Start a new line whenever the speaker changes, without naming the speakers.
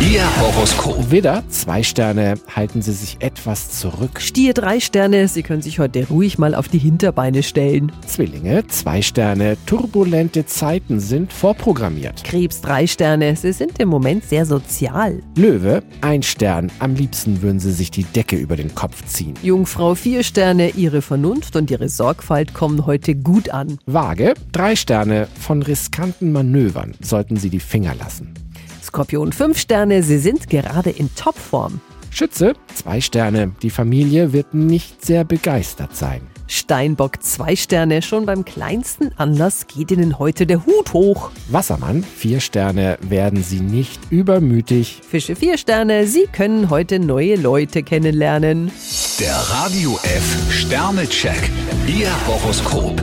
Ihr Horoskop.
Widder, zwei Sterne, halten Sie sich etwas zurück.
Stier drei Sterne, Sie können sich heute ruhig mal auf die Hinterbeine stellen.
Zwillinge, zwei Sterne, turbulente Zeiten sind vorprogrammiert.
Krebs drei Sterne, Sie sind im Moment sehr sozial.
Löwe, ein Stern, am liebsten würden Sie sich die Decke über den Kopf ziehen.
Jungfrau vier Sterne, Ihre Vernunft und Ihre Sorgfalt kommen heute gut an.
Waage, drei Sterne, von riskanten Manövern sollten Sie die Finger lassen.
Skorpion fünf Sterne, Sie sind gerade in Topform.
Schütze, zwei Sterne, die Familie wird nicht sehr begeistert sein.
Steinbock zwei Sterne, schon beim kleinsten Anlass geht Ihnen heute der Hut hoch.
Wassermann, vier Sterne, werden Sie nicht übermütig.
Fische vier Sterne, Sie können heute neue Leute kennenlernen.
Der Radio F Sternecheck. Ihr Horoskop.